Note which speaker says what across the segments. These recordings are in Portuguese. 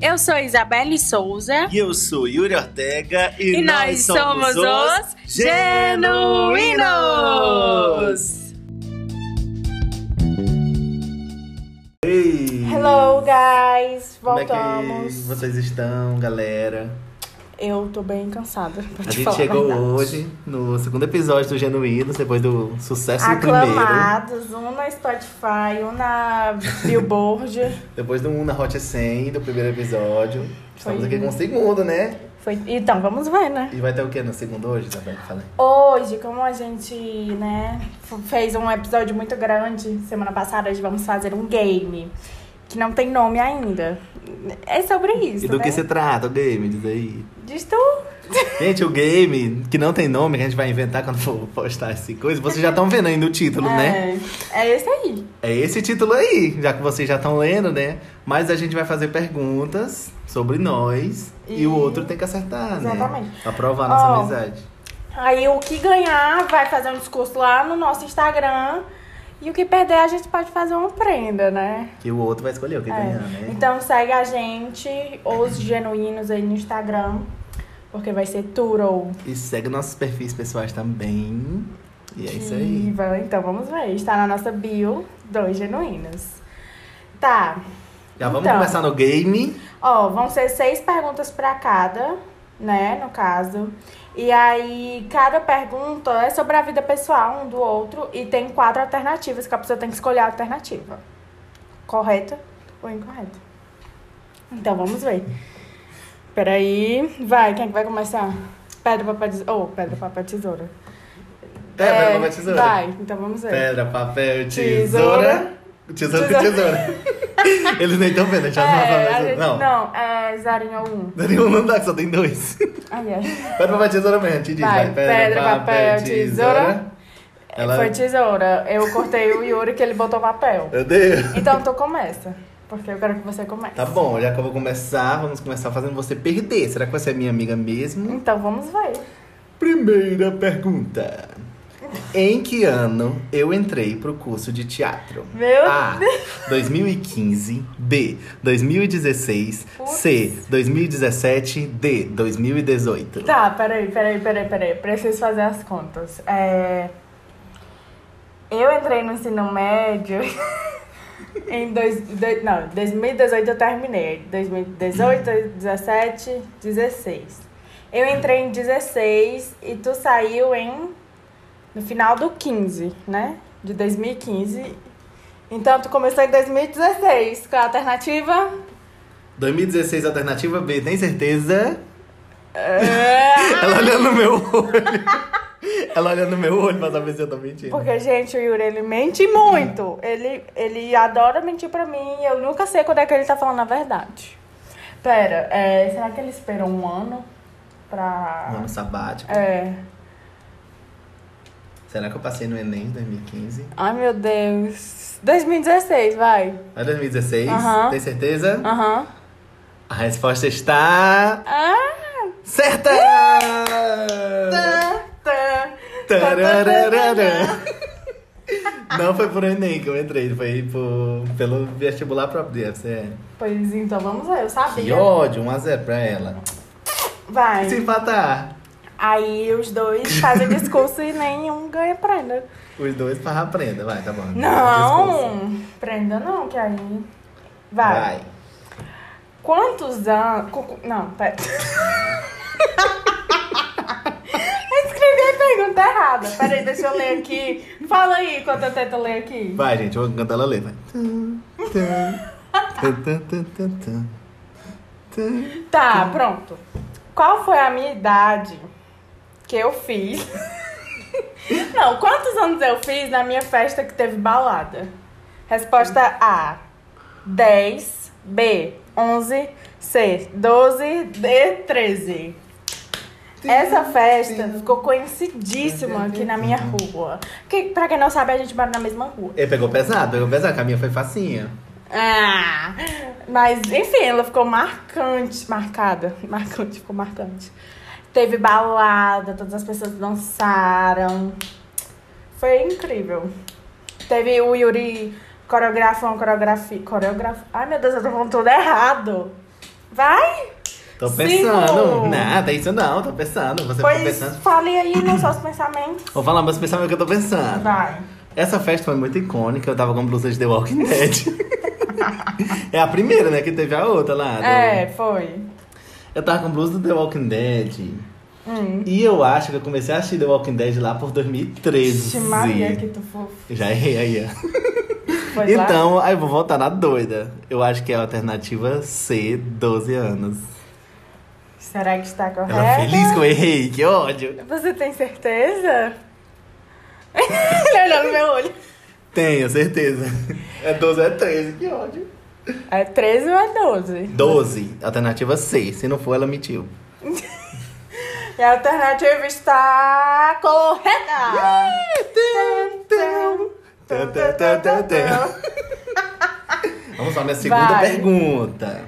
Speaker 1: Eu sou Isabelle Souza.
Speaker 2: E eu sou Yuri Ortega
Speaker 1: E, nós, somos os Genuínos!
Speaker 2: Ei,
Speaker 3: Hello, guys!
Speaker 2: Como é que
Speaker 3: Voltamos.
Speaker 2: vocês estão, galera?
Speaker 3: Eu tô bem cansada, pra
Speaker 2: A
Speaker 3: te
Speaker 2: gente
Speaker 3: falar
Speaker 2: chegou
Speaker 3: a verdade.
Speaker 2: hoje no segundo episódio do Genuínos, depois do sucesso do assim, primeiro.
Speaker 3: Aclamados, um na Spotify, um na Billboard.
Speaker 2: Depois do 1 na Hot 100, do primeiro episódio.
Speaker 3: Foi.
Speaker 2: Estamos aqui com o segundo, né?
Speaker 3: Foi... Então, vamos ver, né?
Speaker 2: E vai ter o que no segundo hoje, Isabelle? Fala aí.
Speaker 3: Hoje, como a gente, né, f- fez um episódio muito grande semana passada, hoje vamos fazer um game que não tem nome ainda. É sobre isso,
Speaker 2: E do
Speaker 3: né?
Speaker 2: que se trata o game? Diz aí.
Speaker 3: Diz tu.
Speaker 2: Gente, o game, que não tem nome, que a gente vai inventar quando for postar essa coisa, vocês já estão vendo aí no título, né?
Speaker 3: É, é esse aí.
Speaker 2: É esse título aí, já que vocês já estão lendo, né? Mas a gente vai fazer perguntas sobre nós e,
Speaker 3: E-
Speaker 2: o outro tem que acertar, né?
Speaker 3: Exatamente.
Speaker 2: Pra provar a nossa
Speaker 3: Ó,
Speaker 2: amizade.
Speaker 3: Aí o que ganhar vai fazer um discurso lá no nosso Instagram. E o que perder, a gente pode fazer uma prenda, né?
Speaker 2: Que o outro vai escolher o que
Speaker 3: É.
Speaker 2: ganhar, né?
Speaker 3: Então segue a gente, os genuínos aí no Instagram. Porque vai ser Turo.
Speaker 2: E segue nossos perfis pessoais também. E é isso
Speaker 3: E
Speaker 2: aí.
Speaker 3: va- Então vamos ver. Está na nossa bio, dois genuínos. Tá.
Speaker 2: Já vamos
Speaker 3: Então.
Speaker 2: começar no game.
Speaker 3: Ó, vão ser seis perguntas pra cada, né? No caso. E aí, cada pergunta é sobre a vida pessoal um do outro e tem quatro alternativas que a pessoa tem que escolher a alternativa. Correta ou incorreta. Então, vamos ver. Peraí. Vai, quem é que vai começar? Pedra, papel, tesoura. Ou, pedra, papel, tesoura.
Speaker 2: Pedra,
Speaker 3: É,
Speaker 2: papel, tesoura.
Speaker 3: Vai, então vamos ver.
Speaker 2: Pedra, papel, tesoura.
Speaker 3: Tesoura.
Speaker 2: Tesoura com tesoura. Eles nem estão vendo, a gente já
Speaker 3: É,
Speaker 2: não
Speaker 3: a
Speaker 2: sabe.
Speaker 3: gente-
Speaker 2: Não.
Speaker 3: não, é zerinho ou um.
Speaker 2: Nenhum não dá, que só tem dois.
Speaker 3: Ai, ai.
Speaker 2: Pedra, papel, tesoura mesmo, te diz.
Speaker 3: Vai,
Speaker 2: vai.
Speaker 3: pedra, papel, tesoura.
Speaker 2: Ela-
Speaker 3: Foi tesoura. Eu cortei o Yuri que ele botou papel.
Speaker 2: Meu Deus.
Speaker 3: Então tu começa. Porque eu quero que você comece.
Speaker 2: Tá bom, já que eu vou começar, vamos começar fazendo você perder. Será que você é minha amiga mesmo?
Speaker 3: Então vamos ver.
Speaker 2: Primeira pergunta. Em que ano eu entrei pro curso de teatro?
Speaker 3: Meu
Speaker 2: A. 2015. B. 2016. C. 2017. D. 2018.
Speaker 3: Tá, peraí, peraí, peraí, peraí. Preciso fazer as contas. É... Eu entrei no ensino médio em dois, dois, não, 2018 eu terminei. 2018, 2017, 16. Eu entrei em 16 e tu saiu em no final do 15, né? De 2015. Então tu começou em 2016. Qual é a alternativa?
Speaker 2: 2016, alternativa B. Tem certeza?
Speaker 3: É...
Speaker 2: Ela olhando no meu olho. Ela olhando no meu olho pra saber se eu tô mentindo.
Speaker 3: Porque, gente, o Yuri, ele mente muito. Ele, ele adora mentir pra mim. Eu nunca sei quando é que ele tá falando a verdade. Pera, é, será que ele esperou um ano pra...
Speaker 2: Um ano sabático.
Speaker 3: É.
Speaker 2: Será que eu passei no Enem em 2015?
Speaker 3: Ai, meu Deus. 2016, vai.
Speaker 2: É 2016?
Speaker 3: Aham. Ah.
Speaker 2: Tem certeza?
Speaker 3: Aham.
Speaker 2: A resposta está
Speaker 3: Ah!
Speaker 2: certa!
Speaker 3: Tá Tã, tã.
Speaker 2: Tararararã. Não foi por Enem que eu entrei, foi por, pelo vestibular próprio do FCE.
Speaker 3: Pois então, vamos ver. Eu
Speaker 2: Que
Speaker 3: sabia.
Speaker 2: ódio, 1x0 pra ela.
Speaker 3: Vai.
Speaker 2: E se empatar?
Speaker 3: Aí os dois fazem discurso e nenhum ganha prenda.
Speaker 2: Os dois para a prenda, vai, tá bom. Discurso.
Speaker 3: Não! Prenda não, que aí...
Speaker 2: Vai.
Speaker 3: Quantos anos. cu- Não, pera. Eu Escrevi a pergunta errada. Peraí, deixa eu ler aqui. Fala aí enquanto eu tento ler aqui.
Speaker 2: Vai, gente, eu vou cantar ela ler, vai. Tum, tum, tum, tum, tum, tum, tum.
Speaker 3: Tá, pronto. Qual foi a minha idade que eu fiz? Não, quantos anos eu fiz na minha festa que teve balada? Resposta A: 10, B: 11, C: 12, D: 13. Essa festa ficou conhecidíssima aqui na minha rua. Que, pra quem não sabe, a gente mora na mesma rua.
Speaker 2: Ele pegou pesado, pegou pesado, que a minha foi facinha.
Speaker 3: Ah! Mas, enfim, ela ficou marcante. Marcada. Marcante, ficou marcante. Teve balada, todas as pessoas dançaram. Foi incrível. Teve o Yuri coreografou uma coreografia. Coreografou. Ai, meu Deus, eu tô falando tudo errado. Vai?
Speaker 2: Tô
Speaker 3: Cinco.
Speaker 2: pensando. Não, tem isso não, tô pensando. Você tá
Speaker 3: Pois
Speaker 2: pensando.
Speaker 3: fale aí nos seus pensamentos.
Speaker 2: Vou falar meus pensamentos que eu tô pensando.
Speaker 3: Vai.
Speaker 2: Essa festa foi muito icônica, eu tava com blusa de The Walking Dead. é a primeira, né? Que teve a outra lá. do-
Speaker 3: É, foi.
Speaker 2: Eu tava com blusa do The Walking Dead.
Speaker 3: Hum.
Speaker 2: E eu acho que eu comecei a assistir The Walking Dead lá por 2013.
Speaker 3: Vixe, Maria, que tu fo-
Speaker 2: Já errei aí, ó.
Speaker 3: foi lá.
Speaker 2: Então, aí eu vou voltar na doida. Eu acho que é a alternativa C, 12 anos.
Speaker 3: Será que está correto?
Speaker 2: Ela
Speaker 3: né?
Speaker 2: feliz que eu errei, que ódio.
Speaker 3: Você tem certeza? Ele olhou no meu olho.
Speaker 2: Tenho certeza. É 12 ou é 13, que ódio.
Speaker 3: É 13 ou é 12?
Speaker 2: 12, alternativa C. Se não for, ela mentiu.
Speaker 3: E a alternativa está correta!
Speaker 2: Vamos lá, minha segunda
Speaker 3: Vai.
Speaker 2: pergunta.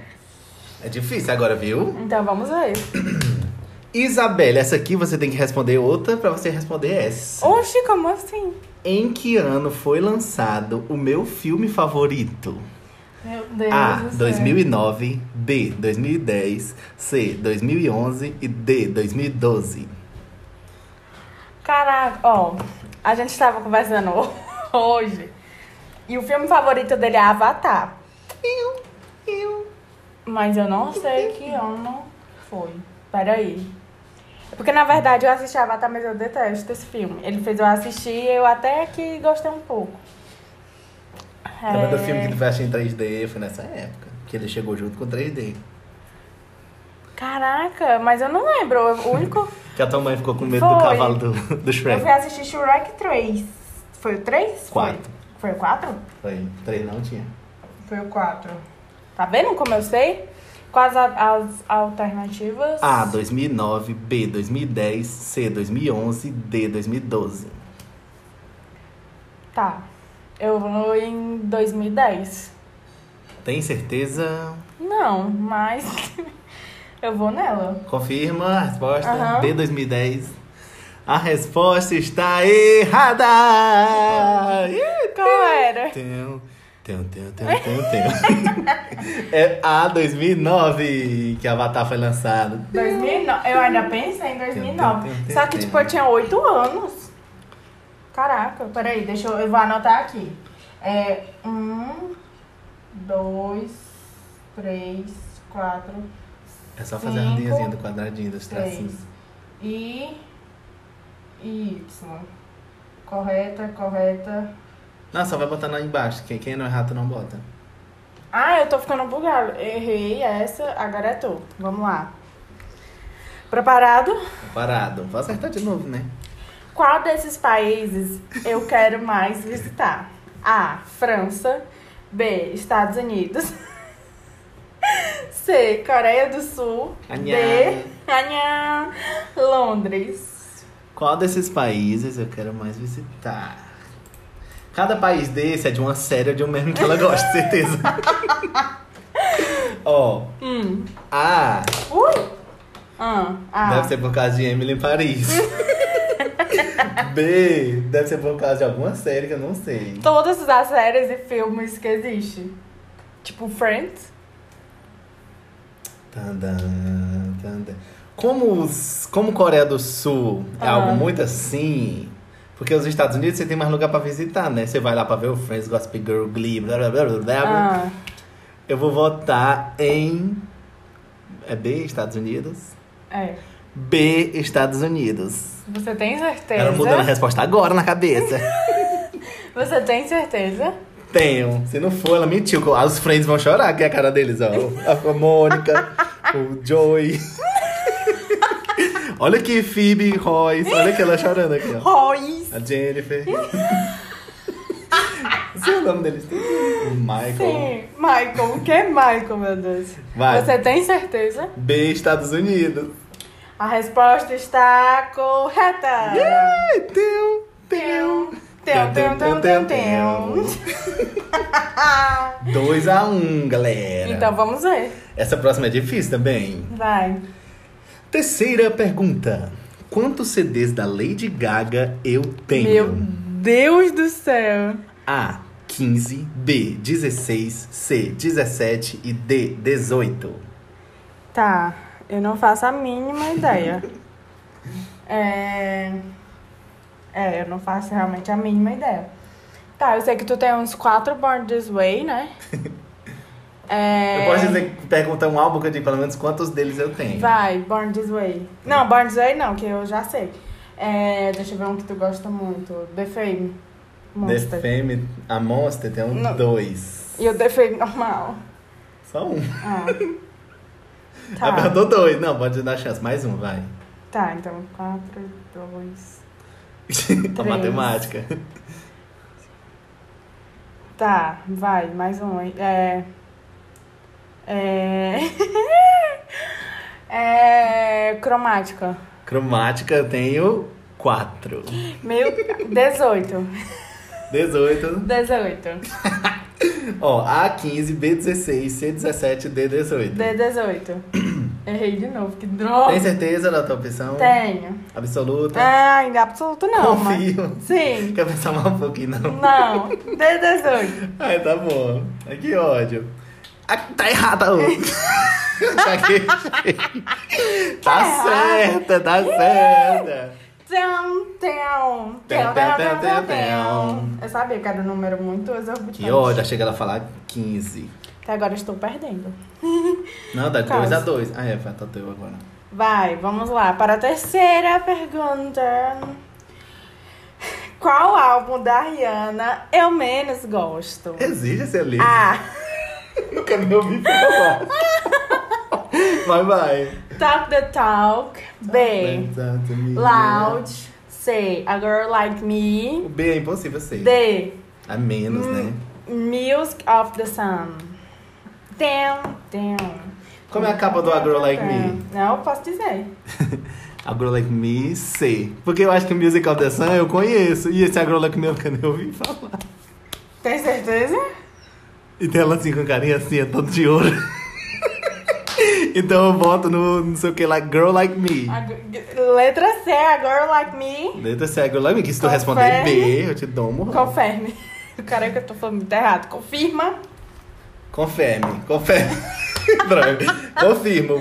Speaker 2: É difícil agora, viu?
Speaker 3: Então vamos ver.
Speaker 2: Isabelle, essa aqui você tem que responder outra pra você responder essa.
Speaker 3: Oxi, como assim?
Speaker 2: Em que ano foi lançado o meu filme favorito?
Speaker 3: Meu Deus.
Speaker 2: A.
Speaker 3: do céu.
Speaker 2: 2009. B. 2010. C. 2011. E D. 2012.
Speaker 3: Caraca, ó, a gente tava conversando hoje e o filme favorito dele é Avatar. Mas eu não sei que ano foi. Peraí. É Porque na verdade eu assisti Avatar, mas eu detesto esse filme. Ele fez eu assistir e eu até que gostei um pouco.
Speaker 2: Lembra do
Speaker 3: É,
Speaker 2: um filme que tu fez em 3D? Foi nessa época. Que ele chegou junto com 3D.
Speaker 3: Caraca, mas eu não lembro. O único.
Speaker 2: Que a tua mãe ficou com medo do
Speaker 3: Foi. é assim.
Speaker 2: cavalo do, do
Speaker 3: eu fui
Speaker 2: Shrek.
Speaker 3: assistir Shrek 3. Foi o 3?
Speaker 2: Quatro.
Speaker 3: Foi o 4?
Speaker 2: Foi. 3 não tinha.
Speaker 3: Foi o 4. Tá vendo como eu sei? Quais a- as alternativas?
Speaker 2: A. 2009. B. 2010. C. 2011. D. 2012.
Speaker 3: Tá. Eu vou em 2010.
Speaker 2: Tem certeza?
Speaker 3: Não, mas eu vou nela.
Speaker 2: Confirma a resposta.
Speaker 3: Aham.
Speaker 2: D. 2010. A resposta está errada!
Speaker 3: Qual era?
Speaker 2: Tem, tem, tem, tem, tem, tem. É a 2009 que Avatar foi lançado.
Speaker 3: 2009. Eu ainda pensei em 2009.
Speaker 2: Tem, tem, tem,
Speaker 3: Só que,
Speaker 2: tem.
Speaker 3: tipo, eu tinha 8 anos. Caraca, peraí, deixa eu. Eu vou anotar aqui. É. 1, 2, 3, 4,
Speaker 2: É só fazer a
Speaker 3: Cinco,
Speaker 2: linhazinha do quadradinho dos tracinhos.
Speaker 3: Três. I. É E Y. Correta, correta.
Speaker 2: Não, só vai botar lá embaixo. Quem, quem não é rato não bota.
Speaker 3: Ah, eu tô ficando bugado. Errei essa, agora é tu. Vamos lá. Preparado?
Speaker 2: Parado. Vou acertar de novo, né?
Speaker 3: Qual desses países eu quero mais visitar? A. França. B. Estados Unidos. C. Coreia do Sul.
Speaker 2: Anhã.
Speaker 3: D. Anhã. Londres.
Speaker 2: Qual desses países eu quero mais visitar? Cada país desse é de uma série ou de um meme que ela gosta, certeza. Ó,
Speaker 3: Hum.
Speaker 2: A
Speaker 3: Ui! Ah, ah.
Speaker 2: Deve ser por causa de Emily em Paris. B. Deve ser por causa de alguma série que eu não sei.
Speaker 3: todas as séries e filmes que existem. Tipo Friends.
Speaker 2: Tandã, tandã. Como, os, como Coreia do Sul é
Speaker 3: Aham.
Speaker 2: algo muito assim, porque os Estados Unidos você tem mais lugar pra visitar, né? Você vai lá pra ver o Friends, Gossip Girl, Glee, blá blá blá blá blá.
Speaker 3: Ah,
Speaker 2: Eu vou votar em. É B, Estados Unidos?
Speaker 3: é.
Speaker 2: B, Estados Unidos.
Speaker 3: Você tem
Speaker 2: Ela né? mudando a
Speaker 3: certeza?
Speaker 2: resposta agora na cabeça.
Speaker 3: Você tem certeza?
Speaker 2: Tenho. Se não for, ela mentiu. Os friends vão chorar, que é a cara deles, ó. A Mônica, o Joey. olha aqui, Phoebe, Royce. Olha aqui, ela chorando aqui, ó.
Speaker 3: Royce.
Speaker 2: A Jennifer. Sei o nome deles. O Michael.
Speaker 3: Sim, Michael. O que é Michael, meu Deus?
Speaker 2: Vai.
Speaker 3: Você tem certeza?
Speaker 2: B, Estados Unidos.
Speaker 3: A resposta está correta.
Speaker 2: Ai, teu, teu.
Speaker 3: Teu, teu, teu, teu, teu.
Speaker 2: 2 a 1, um, galera.
Speaker 3: Então vamos ver.
Speaker 2: Essa próxima é difícil também.
Speaker 3: Vai.
Speaker 2: Terceira pergunta. Quantos CDs da Lady Gaga eu tenho?
Speaker 3: Meu Deus do céu.
Speaker 2: A. 15, B. 16, C. 17 e D. 18.
Speaker 3: Tá, eu não faço a mínima ideia. é... é, eu não faço realmente a mínima ideia. Tá, eu sei que tu tem uns quatro Born This Way, né? É...
Speaker 2: Eu posso dizer, perguntar um álbum que eu digo pelo menos quantos deles eu tenho.
Speaker 3: Vai, Born This Way. Não, Born This Way não, que eu já sei. É, deixa eu ver um que tu gosta muito. The Fame.
Speaker 2: The
Speaker 3: Monster.
Speaker 2: Fame, a Monster tem um
Speaker 3: Não.
Speaker 2: dois.
Speaker 3: E o The Fame normal.
Speaker 2: Só um.
Speaker 3: Ah.
Speaker 2: Ah, eu
Speaker 3: tá.
Speaker 2: dou dois. Não, pode dar chance. Mais um, vai.
Speaker 3: tá, então quatro, dois...
Speaker 2: a matemática.
Speaker 3: Tá, vai, mais um. É. É. é... Cromática.
Speaker 2: Cromática eu tenho quatro.
Speaker 3: Meu. 18.
Speaker 2: 18.
Speaker 3: 18.
Speaker 2: Ó, A15, B16, C17, D18.
Speaker 3: D18. Errei de novo, que droga.
Speaker 2: Tem certeza da tua opção?
Speaker 3: Tenho.
Speaker 2: Absoluta?
Speaker 3: Ah, ainda absoluto não, mas.
Speaker 2: Confio.
Speaker 3: Sim.
Speaker 2: Quer pensar mais um pouquinho, não?
Speaker 3: Não. D18.
Speaker 2: Ai, tá bom. Ai, que ódio. Ah, tá errada. ô. Caguejei. tá certa, tá certa.
Speaker 3: Tão, tão.
Speaker 2: Tão,
Speaker 3: Tão, tão,
Speaker 2: tão, tão, tão,
Speaker 3: tão, tão. Eu sabia que era um número muito exorbitante.
Speaker 2: Que ódio, achei que ela ia falar 15.
Speaker 3: Até agora eu estou perdendo.
Speaker 2: Não, tá
Speaker 3: Quase.
Speaker 2: 2x2. Ah, é, vai, tá teu agora.
Speaker 3: Vai, vamos lá para a terceira pergunta. Qual álbum da Rihanna eu menos gosto?
Speaker 2: Exige ser livre.
Speaker 3: A.
Speaker 2: Nunca me ouvi falar. Vai, vai.
Speaker 3: Talk the Talk. B. Loud. C. A Girl Like
Speaker 2: O
Speaker 3: Me.
Speaker 2: B é impossível ser.
Speaker 3: D.
Speaker 2: A menos, né?
Speaker 3: Music of the Sun. Damn, damn.
Speaker 2: Como é a capa do A Girl Like Me?
Speaker 3: Não, posso dizer.
Speaker 2: A Girl Like Me, C. Porque eu acho que o Music of the Sun eu conheço. E esse A Girl Like Me eu nunca nem ouvi falar.
Speaker 3: Tem certeza?
Speaker 2: E tem ela assim com carinha assim, é todo de ouro. então eu boto no não sei o que, like Girl Like Me.
Speaker 3: A g- g- letra C. A Girl Like Me.
Speaker 2: Letra C, A Girl Like Me. Que se tu
Speaker 3: Confere.
Speaker 2: responder B, eu te dou um murro.
Speaker 3: Confirme. Caraca, eu tô falando muito errado. Confirma.
Speaker 2: Confirme, confirme. Droga. Confirmo.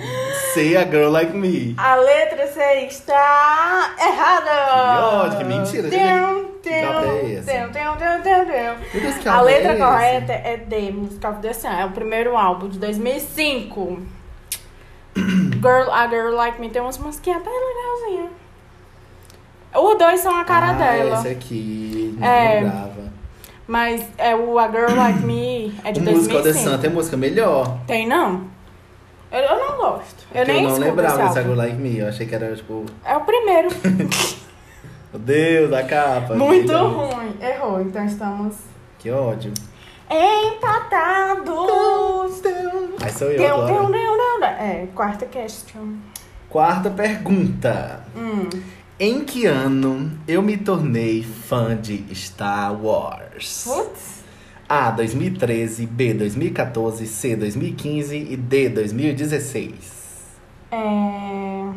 Speaker 2: C, A Girl Like Me.
Speaker 3: A letra C está errada.
Speaker 2: Que ódio, que mentira,
Speaker 3: Tum,
Speaker 2: gente. Que papo é esse?
Speaker 3: tum, tum, tum, tum, tum.
Speaker 2: Meu Deus, que
Speaker 3: A
Speaker 2: álbum é
Speaker 3: letra
Speaker 2: esse?
Speaker 3: correta é D, Music of the Sun. É o primeiro álbum de 2005. Girl, a Girl Like Me tem umas musiquinhas até legalzinhas. Os dois são é a cara
Speaker 2: ah,
Speaker 3: dela.
Speaker 2: Esse aqui, não
Speaker 3: É.
Speaker 2: lembrava.
Speaker 3: Mas é o A Girl Like Me é de
Speaker 2: O Music
Speaker 3: 2005.
Speaker 2: of the Sun tem música melhor.
Speaker 3: Tem não? Eu, eu não gosto. Eu
Speaker 2: que
Speaker 3: nem
Speaker 2: eu não
Speaker 3: escuto
Speaker 2: lembrava
Speaker 3: esse
Speaker 2: desse
Speaker 3: álbum.
Speaker 2: álbum Like Me. Eu achei que era tipo,
Speaker 3: É o primeiro.
Speaker 2: meu Deus, a capa.
Speaker 3: Muito
Speaker 2: entendeu?
Speaker 3: ruim. Errou, então estamos
Speaker 2: Que ódio.
Speaker 3: empatados.
Speaker 2: Aí sou eu
Speaker 3: Deu,
Speaker 2: agora.
Speaker 3: deu, deu, deu, deu. É, quarta question.
Speaker 2: Quarta pergunta.
Speaker 3: Hum.
Speaker 2: Em que ano eu me tornei fã de Star Wars?
Speaker 3: Putz.
Speaker 2: A, 2013, B, 2014, C, 2015 e D, 2016.
Speaker 3: É...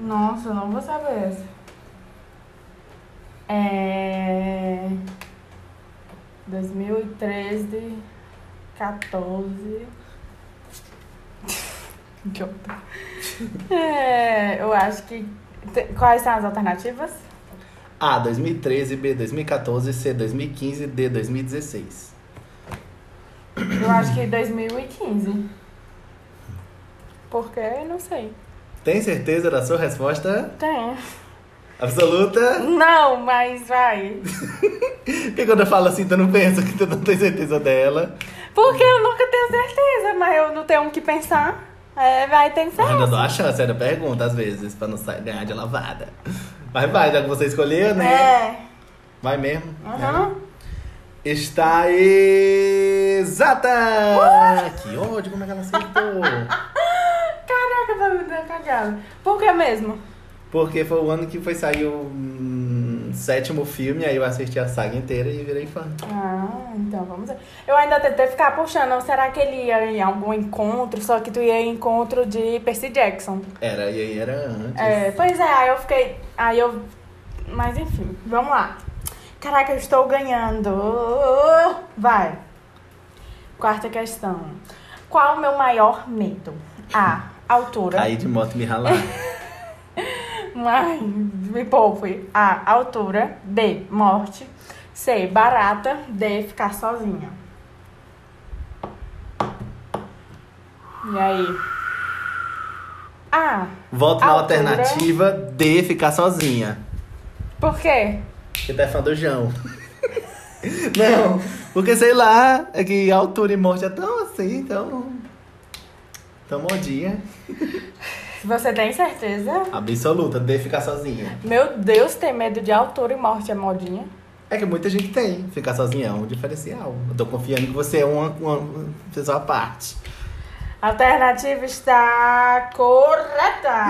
Speaker 3: Nossa, eu não vou saber essa. É... 2013, 14... Idiota. É, eu acho que... te- Quais são as alternativas?
Speaker 2: A, 2013, B, 2014, C, 2015 e D, 2016.
Speaker 3: Eu acho que 2015. Porque eu não sei.
Speaker 2: Tem certeza da sua resposta
Speaker 3: Tem.
Speaker 2: absoluta?
Speaker 3: Não, mas vai.
Speaker 2: Porque quando eu falo assim, tu não pensa que tu não tem certeza dela.
Speaker 3: Porque eu nunca tenho certeza, mas eu não tenho o que pensar. É, vai ter que ser.
Speaker 2: Eu ainda dou a chance, ainda pergunta às vezes, pra não sa- ganhar de lavada. Mas vai, já que você escolheu, né?
Speaker 3: É.
Speaker 2: Vai mesmo. É.
Speaker 3: Aham.
Speaker 2: Está exata!
Speaker 3: Uh!
Speaker 2: Que ódio, como é que ela acertou?
Speaker 3: Caraca, tá me dando cagada. Por que mesmo?
Speaker 2: Porque foi o ano que foi sair o hum, sétimo filme, aí eu assisti a saga inteira e virei fã.
Speaker 3: Ah, então vamos ver. Eu ainda tentei ficar puxando. Será que ele ia em algum encontro? Só que tu ia em encontro de Percy Jackson.
Speaker 2: Era, e aí era antes.
Speaker 3: É, pois é, aí eu fiquei. Aí eu. Mas enfim, vamos lá. Caraca, eu estou ganhando. Vai. Quarta questão. Qual é o meu maior medo? A. Altura.
Speaker 2: Cair de moto e me ralar.
Speaker 3: Ai, me poupe. A. Altura. B. Morte. C. Barata. D. Ficar sozinha. E aí? Ah, A.
Speaker 2: Volto na
Speaker 3: Altura.
Speaker 2: alternativa D, ficar sozinha.
Speaker 3: Por quê?
Speaker 2: Que tá fã do João. Não, porque sei lá, é que altura e morte é tão assim, tão. tão modinha.
Speaker 3: Você tem certeza?
Speaker 2: Absoluta, D, ficar sozinha.
Speaker 3: Meu Deus, tem medo de altura e morte é modinha.
Speaker 2: É que muita gente tem, ficar sozinha é um diferencial. Eu tô confiando que você é uma, uma pessoa à parte.
Speaker 3: Alternativa está correta.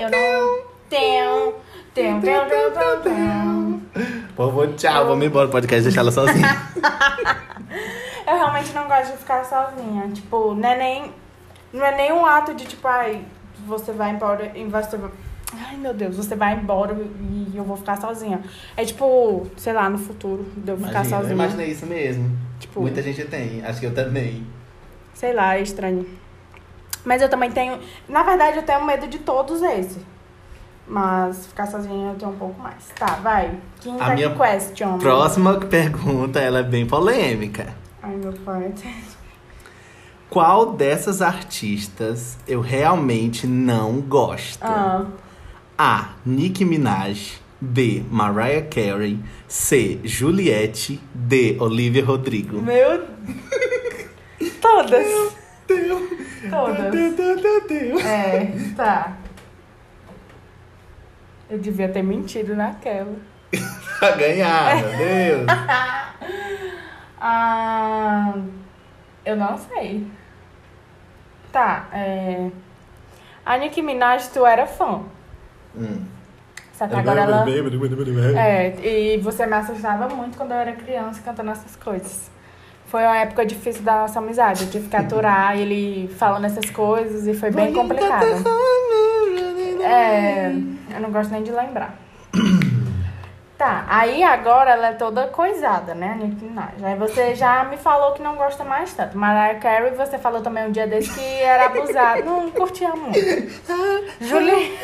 Speaker 3: Eu não tenho. Tenho, tenho, tenho, tenho, tenho.
Speaker 2: Pô, vou tchau, vamos embora do podcast, deixar ela sozinha.
Speaker 3: Eu realmente não gosto de ficar sozinha. Tipo, não é nem. Não é nem um ato de tipo, ai, você vai embora e você vai. Ai meu Deus, você vai embora e eu vou ficar sozinha. É tipo, sei lá, no futuro, de eu ficar
Speaker 2: Imagina, eu
Speaker 3: sozinha.
Speaker 2: imaginei isso mesmo.
Speaker 3: Tipo-
Speaker 2: muita gente tem, acho que eu também.
Speaker 3: Sei lá, é estranho. Mas eu também tenho. Na verdade, eu tenho medo de todos esses. Mas ficar sozinha eu tenho um pouco mais. Tá, vai. Quinta
Speaker 2: A minha
Speaker 3: question.
Speaker 2: Próxima pergunta, ela é bem polêmica.
Speaker 3: Ai, meu pai.
Speaker 2: Qual dessas artistas eu realmente não gosto?
Speaker 3: Ah,
Speaker 2: A. Nicki Minaj. B. Mariah Carey. C. Juliette. D. Olivia Rodrigo.
Speaker 3: meu. todas. Todas. É, tá. Eu devia ter mentido naquela.
Speaker 2: Pra ganhar, meu Deus.
Speaker 3: Ah, eu não sei. Tá, é. A Nicki Minaj, tu era fã.
Speaker 2: Hum.
Speaker 3: Só que agora ela. É, e você me assustava muito quando eu era criança cantando essas coisas. Foi uma época difícil da nossa amizade. Eu tive que aturar ele falando essas coisas e foi É, bem complicado. É, eu não gosto nem de lembrar. Tá, aí agora ela é toda coisada, né, Nicki Minaj? Aí você já me falou que não gosta mais tanto. Mariah Carey, você falou também um dia desse que era abusada. Não curtia muito. Julie...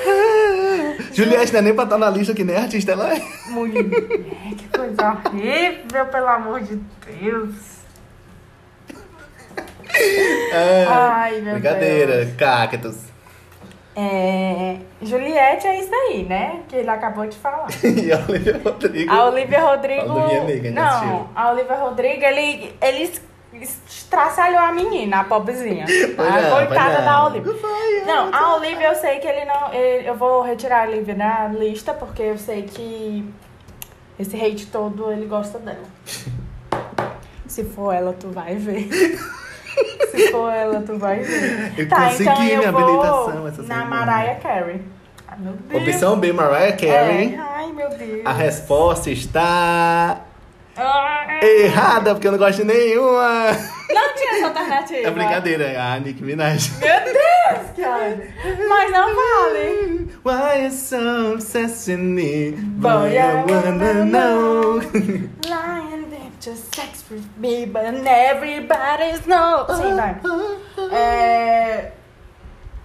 Speaker 2: Juliette não é nem pra estar na lista que nem artista, ela é.
Speaker 3: Mulher, É, que coisa horrível, pelo amor de Deus.
Speaker 2: É,
Speaker 3: Ai, meu Deus.
Speaker 2: Brincadeira, cactus.
Speaker 3: É, Juliette é isso aí, né? Que ele acabou de falar.
Speaker 2: E a Olivia Rodrigo.
Speaker 3: A Olivia Rodrigo.
Speaker 2: Fala da minha amiga, ainda assistiu.
Speaker 3: não, a Olivia Rodrigo, ele, ele es- estraçalhou a menina, a pobrezinha.
Speaker 2: Pois
Speaker 3: a
Speaker 2: é,
Speaker 3: coitada
Speaker 2: pois é.
Speaker 3: da Olivia. Não, a Olivia eu sei que ele não. ele- eu vou retirar a Olivia da lista, porque eu sei que esse hate todo ele gosta dela. Se for ela, tu vai ver. Se for ela, tu vai ver.
Speaker 2: Eu
Speaker 3: tá,
Speaker 2: consegui
Speaker 3: então
Speaker 2: minha
Speaker 3: eu vou
Speaker 2: habilitação essa
Speaker 3: Na
Speaker 2: semana.
Speaker 3: Mariah Carey. Ai, meu Deus.
Speaker 2: Opção B, Mariah Carey.
Speaker 3: É. Ai, meu Deus.
Speaker 2: A resposta está
Speaker 3: Ah,
Speaker 2: errada, porque eu não gosto de nenhuma.
Speaker 3: Não tinha essa alternativa.
Speaker 2: É brincadeira, é a Nick Minaj.
Speaker 3: Meu Deus, cara. Mas não vale.
Speaker 2: Why you so obsessed with me? Boy,
Speaker 3: Boy,
Speaker 2: I
Speaker 3: I
Speaker 2: wanna
Speaker 3: wanna
Speaker 2: know.
Speaker 3: Lying there, just sex with me, but everybody's no. Sim, vai. É...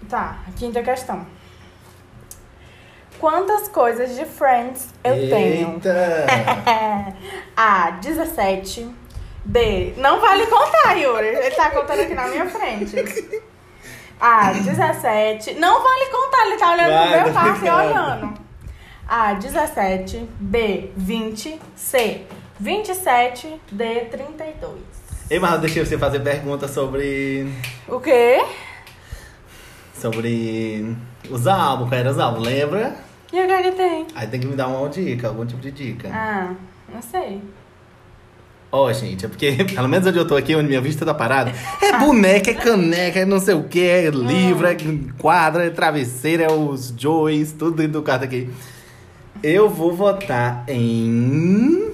Speaker 3: Tá, quinta questão. Quantas coisas de Friends eu tenho?
Speaker 2: Eita!
Speaker 3: É. A, 17. B, não vale contar, Yuri. Ele tá contando aqui na minha frente. A, 17. Não vale contar, ele tá olhando
Speaker 2: Vai,
Speaker 3: pro meu
Speaker 2: tá
Speaker 3: passo e
Speaker 2: ficando.
Speaker 3: olhando. A, 17. B, 20. C, 27. D, 32.
Speaker 2: Ei, mas eu deixei você fazer pergunta sobre.
Speaker 3: O quê?
Speaker 2: sobre. os álbuns, quais eram os álbuns, lembra?
Speaker 3: E o que é que tem?
Speaker 2: Aí tem que me dar uma dica, algum tipo de dica.
Speaker 3: Ah, não sei.
Speaker 2: Ó, gente, é porque, pelo menos onde eu tô aqui, onde minha vista tá parada, é boneca, é caneca, é não sei o que, é livro, é quadra, é travesseiro, é os joys, tudo dentro do quarto aqui. Eu vou votar em.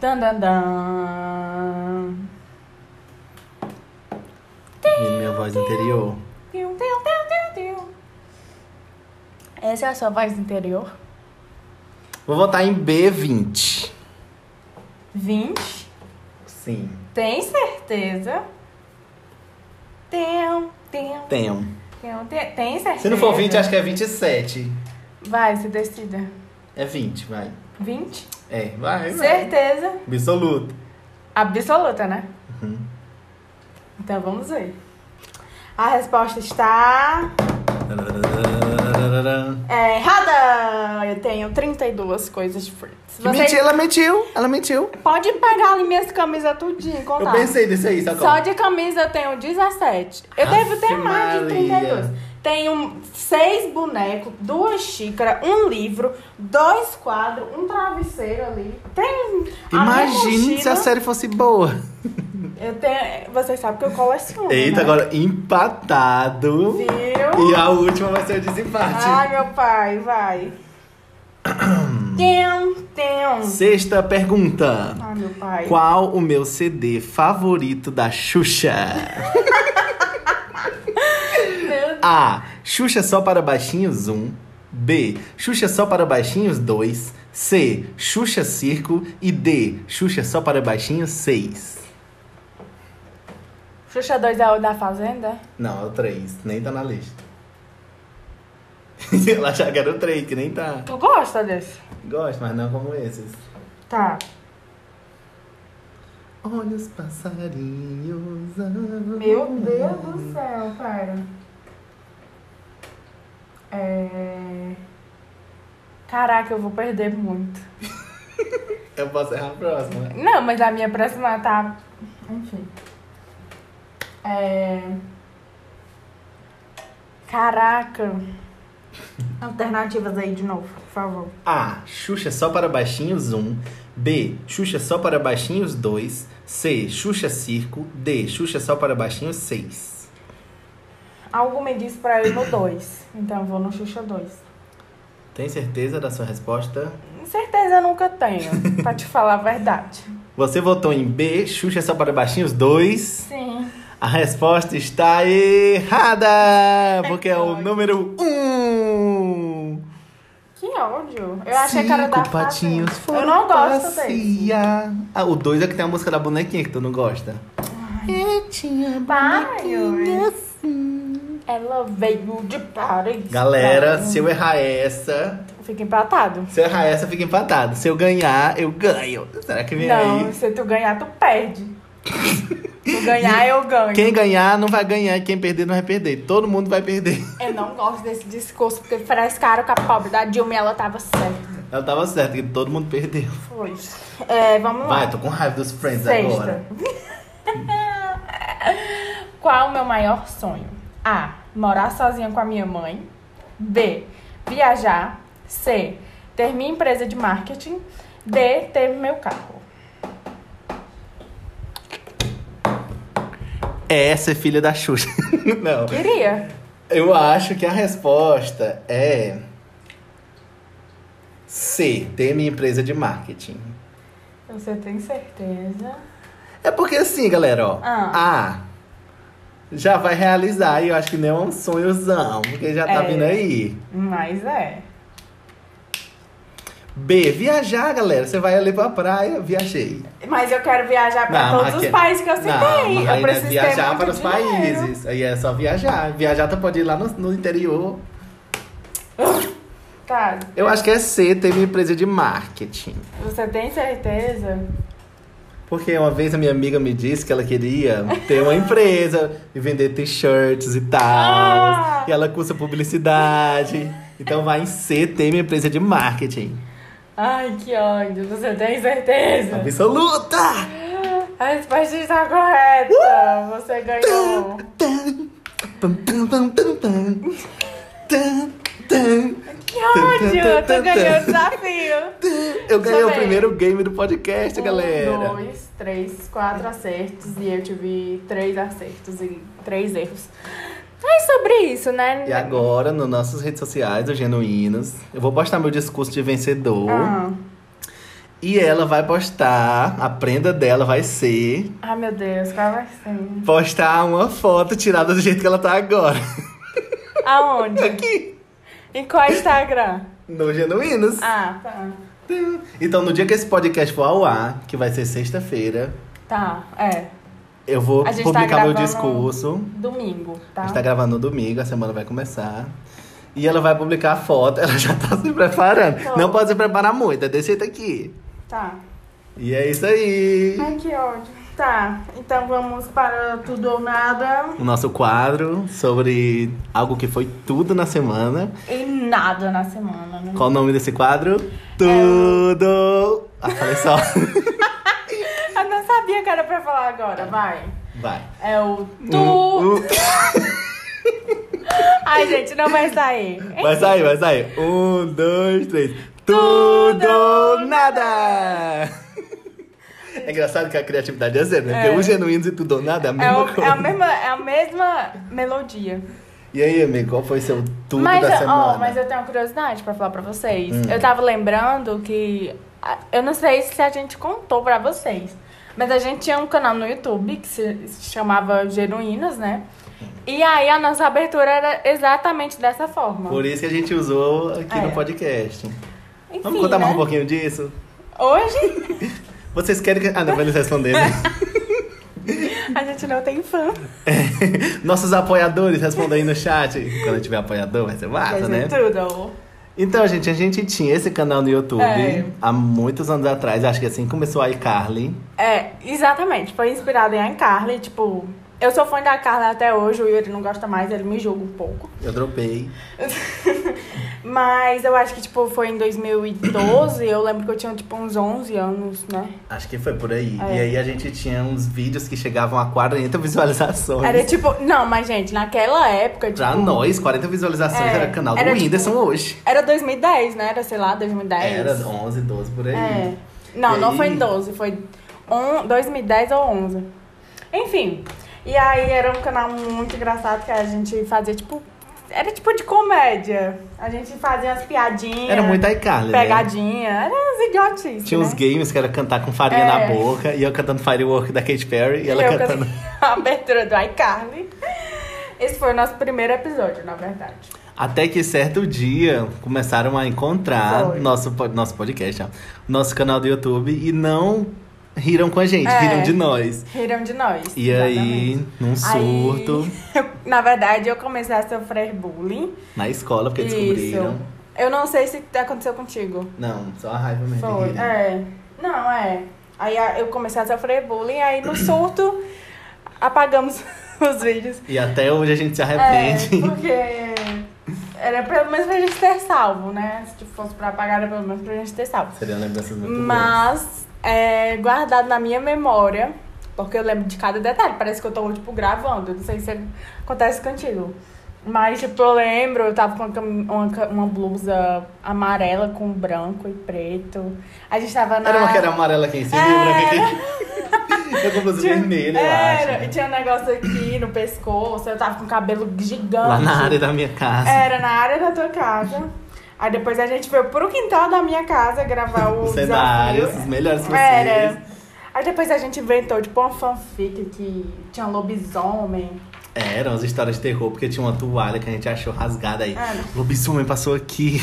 Speaker 3: Dan, dan, dan.
Speaker 2: em minha voz interior.
Speaker 3: Tiu, tiu, tiu, tiu, tiu. Essa é a sua voz interior?
Speaker 2: Vou votar em B20.
Speaker 3: 20.
Speaker 2: Sim.
Speaker 3: Tem certeza? certeza. Tenho, tenho,
Speaker 2: Tenho.
Speaker 3: tenho, tenho, tenho certeza.
Speaker 2: Se não for 20, acho que é 27.
Speaker 3: Vai, se decida.
Speaker 2: É 20, vai.
Speaker 3: 20?
Speaker 2: É, vai, vai.
Speaker 3: Certeza
Speaker 2: Absoluto.
Speaker 3: absoluta, né?
Speaker 2: Uhum.
Speaker 3: Então vamos ver. A resposta está é, errada! Eu tenho 32 coisas de Friends.
Speaker 2: Que mentira, ela mentiu. Ela mentiu.
Speaker 3: pode pegar ali minhas camisas tudinho e
Speaker 2: Eu
Speaker 3: contar.
Speaker 2: pensei nisso aí, sacou?
Speaker 3: Só de camisa eu tenho 17. Eu
Speaker 2: Ave
Speaker 3: devo ter mais de 32.
Speaker 2: Maria.
Speaker 3: Tenho seis bonecos, duas xícaras, um livro, dois quadros, um travesseiro ali. Tem.
Speaker 2: Imagine se a
Speaker 3: você.
Speaker 2: série fosse boa.
Speaker 3: Eu tenho. Vocês sabem que eu coleciono.
Speaker 2: Eita,
Speaker 3: né?
Speaker 2: agora empatado.
Speaker 3: Viu?
Speaker 2: E a última vai ser o desempate.
Speaker 3: Ai, meu pai, vai. tem, tem.
Speaker 2: Sexta pergunta.
Speaker 3: Ai, meu pai.
Speaker 2: Qual o meu CD favorito da Xuxa?
Speaker 3: Meu
Speaker 2: A. Xuxa só para baixinhos 1. B. Xuxa só para baixinhos 2. C. Xuxa Circo. E D. Xuxa só para baixinhos 6.
Speaker 3: Xuxa 2 é o da Fazenda?
Speaker 2: Não, é o 3. Nem tá na lista. Ela achava que era o 3, que nem tá.
Speaker 3: Tu gosta desse?
Speaker 2: Gosto, mas não como esses.
Speaker 3: Tá.
Speaker 2: Olha os passarinhos.
Speaker 3: Meu Deus do céu, cara. É... Caraca, eu vou perder muito.
Speaker 2: Eu posso errar a próxima.
Speaker 3: Não, mas a minha próxima tá. Enfim. É. Caraca. Alternativas aí de novo, por favor.
Speaker 2: A. Xuxa só para baixinhos 1. B. Xuxa só para baixinhos 2. C. Xuxa Circo. D. Xuxa só para baixinhos 6.
Speaker 3: Algo me disse pra eu ir no 2. Então eu vou no Xuxa 2.
Speaker 2: Tem certeza da sua resposta?
Speaker 3: Certeza eu nunca tenho, pra te falar a verdade.
Speaker 2: Você votou em B. Xuxa só para baixinhos 2.
Speaker 3: Sim.
Speaker 2: A resposta está errada! Porque é o
Speaker 3: Ai.
Speaker 2: número 1.
Speaker 3: Que ódio. Eu achei que era da
Speaker 2: Cinco patinhos
Speaker 3: Fazenda.
Speaker 2: foram
Speaker 3: Eu não gosto dele.
Speaker 2: passear. Ah, o 2 é que tem a música da bonequinha que tu não gosta. Eu tinha
Speaker 3: Vai, Ela veio de Paris.
Speaker 2: Galera, se eu errar essa,
Speaker 3: Fica empatado.
Speaker 2: se eu errar essa, fica empatado. Se eu ganhar, eu ganho. Será que vem
Speaker 3: Não,
Speaker 2: aí?
Speaker 3: se tu ganhar, tu perde. tu ganhar, eu ganho.
Speaker 2: Quem ganhar não vai ganhar, quem perder não vai perder. Todo mundo vai perder.
Speaker 3: Eu não gosto desse discurso, porque parece cara com a pobre da Dilma e ela tava certa.
Speaker 2: Ela tava certa, que todo mundo perdeu.
Speaker 3: Foi. É, vamos lá.
Speaker 2: Vai, tô com raiva dos friends agora.
Speaker 3: Qual o meu maior sonho? A. Morar sozinha com a minha mãe. B. Viajar. C. Ter minha empresa de marketing. D. Ter meu carro.
Speaker 2: Essa é filha da Xuxa. não.
Speaker 3: Queria.
Speaker 2: Eu acho que a resposta é. C. Ter minha empresa de marketing.
Speaker 3: Você tem certeza?
Speaker 2: É porque assim, galera, ó.
Speaker 3: Ah.
Speaker 2: A. Já vai realizar e eu acho que nem é um sonhozão, porque já tá
Speaker 3: É.
Speaker 2: vindo aí.
Speaker 3: Mas é.
Speaker 2: B. Viajar, galera. Você vai ali pra praia, viajei.
Speaker 3: Mas eu quero viajar pra
Speaker 2: Não,
Speaker 3: todos
Speaker 2: aqui-
Speaker 3: os países que é eu citei.
Speaker 2: Não, mas
Speaker 3: eu
Speaker 2: aí, né,
Speaker 3: preciso ter
Speaker 2: viajar
Speaker 3: muito
Speaker 2: para os
Speaker 3: dinheiro.
Speaker 2: países. Aí é só viajar. Viajar, tu pode ir lá no, no interior.
Speaker 3: Tá.
Speaker 2: Eu acho que é C. Ter minha empresa de marketing.
Speaker 3: Você tem certeza?
Speaker 2: Porque uma vez a minha amiga me disse que ela queria ter uma empresa e vender t-shirts e tal.
Speaker 3: Ah!
Speaker 2: E ela cursa publicidade. Então vai em C ter minha empresa de marketing.
Speaker 3: Ai, que ódio. Você tem certeza?
Speaker 2: Tá Absoluta!
Speaker 3: A resposta está
Speaker 2: Uh!
Speaker 3: correta. Você ganhou.
Speaker 2: Tum, tum, tum, tum, tum. Tum, tum.
Speaker 3: Que ódio! Tu ganhou o desafio.
Speaker 2: Eu ganhei o
Speaker 3: bem.
Speaker 2: primeiro game do podcast,
Speaker 3: Um,
Speaker 2: galera.
Speaker 3: dois, três, quatro acertos. E eu tive três acertos e três erros. Mas sobre isso, né?
Speaker 2: E agora, nas nossas redes sociais, do Genuínos, eu vou postar meu discurso de vencedor.
Speaker 3: Ah.
Speaker 2: E ela vai postar, a prenda dela vai ser
Speaker 3: Ai, Ah, meu Deus, qual é vai ser?
Speaker 2: postar uma foto tirada do jeito que ela tá agora.
Speaker 3: Aonde?
Speaker 2: Aqui.
Speaker 3: Em qual é Instagram?
Speaker 2: No Genuínos.
Speaker 3: Ah, tá.
Speaker 2: Então, no dia que esse podcast for ao ar, que vai ser sexta-feira,
Speaker 3: Tá, é.
Speaker 2: Eu vou
Speaker 3: A gente tá
Speaker 2: publicar meu
Speaker 3: gravando-
Speaker 2: discurso.
Speaker 3: Domingo,
Speaker 2: A
Speaker 3: tá?
Speaker 2: gente tá gravando no domingo, a semana vai começar. E ela vai publicar a foto, ela já tá se preparando.
Speaker 3: Tô.
Speaker 2: Não pode se preparar muito, é desse jeito aqui.
Speaker 3: Tá.
Speaker 2: E é isso aí.
Speaker 3: Ai, que ódio. Tá, então vamos para tudo ou nada.
Speaker 2: O nosso quadro sobre algo que foi tudo na semana.
Speaker 3: E nada na semana, né?
Speaker 2: Qual o nome desse quadro? Tudo! Ah, falei só.
Speaker 3: Eu não sabia que era pra falar agora, vai.
Speaker 2: Vai.
Speaker 3: É o tu.
Speaker 2: Um, um-
Speaker 3: Ai, gente, não vai sair.
Speaker 2: Vai sair, vai sair. Um, dois, três. Tudo ou nada! É engraçado que a criatividade é zero, né? Porque
Speaker 3: É.
Speaker 2: o genuíno e tudo ou nada é a
Speaker 3: É,
Speaker 2: mesma
Speaker 3: o-
Speaker 2: coisa.
Speaker 3: é a mesma, é a mesma melodia.
Speaker 2: E aí, amigo, qual foi seu tudo
Speaker 3: mas,
Speaker 2: da
Speaker 3: ó,
Speaker 2: semana? Hum.
Speaker 3: mas eu tenho uma curiosidade pra falar pra vocês. Eu tava lembrando que. a- Eu não sei se a gente contou pra vocês. Mas a gente tinha um canal no YouTube que se se chamava Geruínas, né? E aí a nossa abertura era exatamente dessa forma.
Speaker 2: Por isso que a gente usou aqui
Speaker 3: É.
Speaker 2: no podcast.
Speaker 3: Enfim,
Speaker 2: Vamos contar mais
Speaker 3: né?
Speaker 2: um pouquinho disso?
Speaker 3: Hoje
Speaker 2: Vocês querem que. Ah, não, vai eles responder, né?
Speaker 3: a gente não tem fã.
Speaker 2: Nossos apoiadores respondam aí no chat. Quando tiver apoiador, vai ser massa,
Speaker 3: Mas
Speaker 2: né?
Speaker 3: é tudo.
Speaker 2: Então, gente, a gente tinha esse canal no YouTube
Speaker 3: É.
Speaker 2: há muitos anos atrás. Acho que assim começou a iCarly.
Speaker 3: É, exatamente. Foi inspirado em iCarly, tipo... Eu sou fã da Carla até hoje, o Yuri não gosta mais, ele me julga um pouco.
Speaker 2: Eu dropei.
Speaker 3: Mas eu acho que, tipo, foi em 2012, eu lembro que eu tinha, tipo, uns 11 anos, né?
Speaker 2: Acho que foi por aí.
Speaker 3: É.
Speaker 2: E aí a gente tinha uns vídeos que chegavam a 40 visualizações.
Speaker 3: Era tipo... Não, mas, gente, naquela época, tipo...
Speaker 2: Pra nós, 40 visualizações
Speaker 3: É.
Speaker 2: era canal do
Speaker 3: Era, tipo,
Speaker 2: Whindersson hoje.
Speaker 3: Era 2010, né? Era, sei lá, 2010.
Speaker 2: É, Era 11, 12 por aí.
Speaker 3: É. Não,
Speaker 2: E
Speaker 3: não
Speaker 2: aí?
Speaker 3: foi em 12, foi on, 2010 ou 11. Enfim, e aí era um canal muito engraçado que a gente fazia tipo. Era tipo de comédia. A gente fazia umas piadinhas.
Speaker 2: Era muito iCarly, né?
Speaker 3: Pegadinha, era uns idiotices.
Speaker 2: Tinha
Speaker 3: né?
Speaker 2: uns games que era cantar com farinha
Speaker 3: É.
Speaker 2: na boca, e eu cantando Firework da Katy Perry, e ela
Speaker 3: eu
Speaker 2: cantando.
Speaker 3: cantei a abertura do iCarly. Esse foi o nosso primeiro episódio, na verdade.
Speaker 2: Até que certo dia começaram a encontrar
Speaker 3: Foi.
Speaker 2: nosso, po- nosso podcast, ó, nosso canal do YouTube, e não riram com a gente,
Speaker 3: É.
Speaker 2: riram de nós.
Speaker 3: Riram de nós.
Speaker 2: E
Speaker 3: exatamente.
Speaker 2: aí, num surto,
Speaker 3: Aí, na verdade, eu comecei a sofrer bullying.
Speaker 2: na escola, porque
Speaker 3: Isso.
Speaker 2: descobriram.
Speaker 3: Eu não sei se aconteceu contigo.
Speaker 2: Não, só a raiva mesmo.
Speaker 3: Foi.
Speaker 2: riram.
Speaker 3: É. Não, é. Aí a- eu comecei a sofrer bullying, aí no surto apagamos os vídeos.
Speaker 2: E até hoje a gente se
Speaker 3: É,
Speaker 2: arrepende.
Speaker 3: porque era pelo menos pra gente ter salvo, né? Se tipo, fosse pra apagar, era pelo menos pra gente ter salvo.
Speaker 2: Seriam lembranças muito boas.
Speaker 3: Mas é guardado na minha memória, porque eu lembro de cada detalhe. Parece que eu tô, tipo, gravando. eu Não sei se acontece contigo. Mas, tipo, eu lembro, eu tava com uma, cam- uma, ca- uma blusa amarela com branco e preto. A gente tava na.
Speaker 2: Era uma que era amarela aqui em cima, lembra? Eu com blusa
Speaker 3: Tinha-
Speaker 2: vermelha, eu acho. né?
Speaker 3: Era, e tinha um negócio aqui no pescoço. Eu tava com um cabelo gigante.
Speaker 2: Lá na área da minha casa.
Speaker 3: Era na área da tua casa. Aí depois a gente foi pro quintal da minha casa gravar o
Speaker 2: Os cenários,
Speaker 3: desafio.
Speaker 2: os melhores possíveis.
Speaker 3: Era. Aí depois a gente inventou, tipo, uma fanfic que tinha lobisomem.
Speaker 2: É, eram as histórias de terror, porque tinha uma toalha que a gente achou rasgada aí.
Speaker 3: Era.
Speaker 2: Lobisomem passou aqui.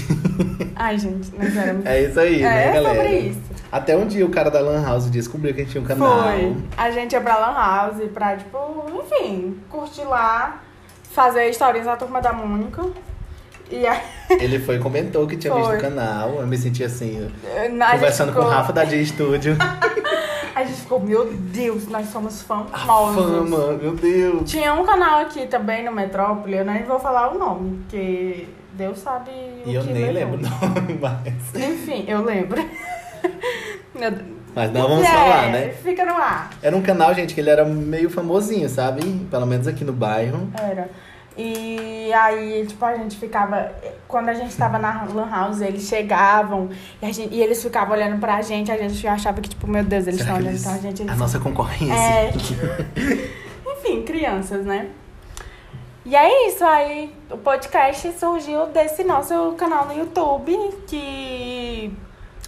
Speaker 3: Ai, gente, nós éramos...
Speaker 2: É isso aí,
Speaker 3: É,
Speaker 2: né,
Speaker 3: é sobre
Speaker 2: galera?
Speaker 3: isso.
Speaker 2: Até um dia o cara da Lan House descobriu que a gente tinha um canal.
Speaker 3: Foi. A gente ia pra Lan House pra, tipo, enfim, curtir lá, fazer historinhas da Turma da Mônica. E aí...
Speaker 2: Ele foi e comentou que tinha
Speaker 3: Foi. Tá,
Speaker 2: visto o canal. Eu me senti assim,
Speaker 3: a
Speaker 2: conversando
Speaker 3: gente ficou-
Speaker 2: com o Rafa da G Studio.
Speaker 3: A gente ficou, meu Deus, nós somos famosos.
Speaker 2: Fama, meu Deus.
Speaker 3: Tinha um canal aqui também no Metrópole, eu nem vou falar o nome, porque Deus sabe o
Speaker 2: E eu
Speaker 3: que né,
Speaker 2: nem
Speaker 3: levou.
Speaker 2: lembro o nome mais.
Speaker 3: Enfim, eu lembro. Meu
Speaker 2: Mas não vamos
Speaker 3: É,
Speaker 2: falar, né?
Speaker 3: Fica no ar.
Speaker 2: Era um canal, gente, que ele era meio famosinho, sabe? Pelo menos aqui no bairro.
Speaker 3: Era. E aí, tipo, a gente ficava. Quando a gente tava na Lan House, eles chegavam e, a gente- e eles ficavam olhando pra gente. A gente achava que, tipo, meu Deus, eles
Speaker 2: Será
Speaker 3: estão olhando
Speaker 2: que eles- Ah,
Speaker 3: pra gente.
Speaker 2: A
Speaker 3: Eles...
Speaker 2: nossa concorrência.
Speaker 3: É. Enfim, crianças, né? E é isso aí. O podcast surgiu desse nosso canal no YouTube que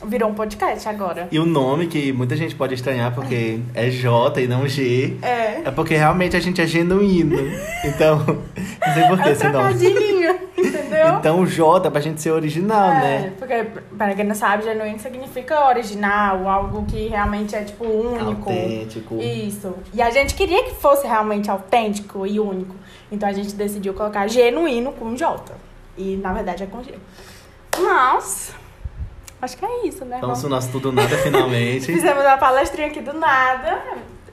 Speaker 3: virou um podcast agora.
Speaker 2: E o nome que muita gente pode estranhar porque é J e não G.
Speaker 3: É.
Speaker 2: É porque realmente a gente é genuíno. Então, não sei por
Speaker 3: É
Speaker 2: que
Speaker 3: um
Speaker 2: esse nome.
Speaker 3: trocadilho, entendeu? entendeu?
Speaker 2: Então o J pra gente ser original,
Speaker 3: É,
Speaker 2: né?
Speaker 3: porque, para quem não sabe, genuíno significa original, algo que realmente é, tipo, único.
Speaker 2: Autêntico.
Speaker 3: Isso. E a gente queria que fosse realmente autêntico e único. Então a gente decidiu colocar genuíno com J. E na verdade é com G. Mas. Acho que é isso, né?
Speaker 2: Então, se o
Speaker 3: Vamos-
Speaker 2: nosso tudo nada finalmente.
Speaker 3: Fizemos uma palestrinha aqui do nada.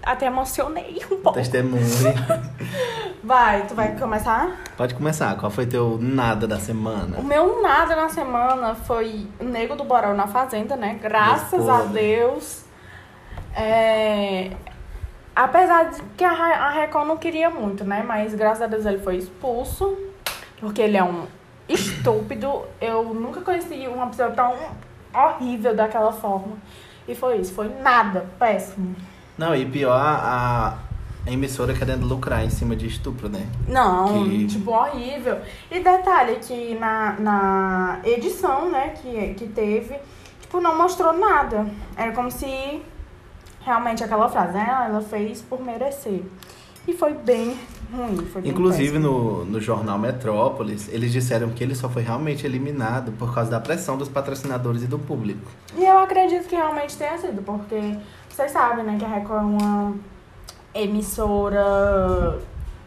Speaker 3: Até emocionei um pouco.
Speaker 2: Testemunho.
Speaker 3: Vai, tu vai começar?
Speaker 2: Pode começar. Qual foi teu nada da
Speaker 3: O
Speaker 2: semana?
Speaker 3: meu nada na semana foi o Nego do Borel na Fazenda, né? Graças
Speaker 2: Meu
Speaker 3: a
Speaker 2: podre.
Speaker 3: Deus. É, Apesar de que a, Ra- a Record não queria muito, né? Mas graças a Deus ele foi expulso. Porque ele é um estúpido. Eu nunca conheci uma pessoa tão horrível daquela forma. E foi isso. Foi nada. Péssimo.
Speaker 2: Não, e pior, a, a emissora querendo lucrar em cima de estupro, né?
Speaker 3: Não,
Speaker 2: Que-
Speaker 3: tipo, horrível. E detalhe que na, na edição, né, que, que teve, tipo, não mostrou nada. Era como se realmente aquela frase, né, ela fez por merecer. E foi bem ruim, foi bem
Speaker 2: Inclusive
Speaker 3: péssimo.
Speaker 2: no, no jornal Metrópolis, eles disseram que ele só foi realmente eliminado por causa da pressão dos patrocinadores e do público.
Speaker 3: E eu acredito que realmente tenha sido, porque vocês sabem, né, que a Record é uma emissora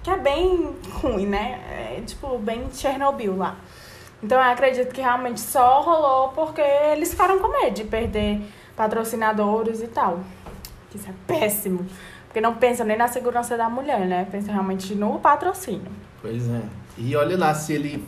Speaker 3: que é bem ruim, né? É tipo, bem Chernobyl lá. Então eu acredito que realmente só rolou porque eles ficaram com medo de perder patrocinadores e tal. Isso é péssimo. Porque não pensa nem na segurança da mulher, né? Pensa realmente no patrocínio.
Speaker 2: Pois é. E olha lá se ele.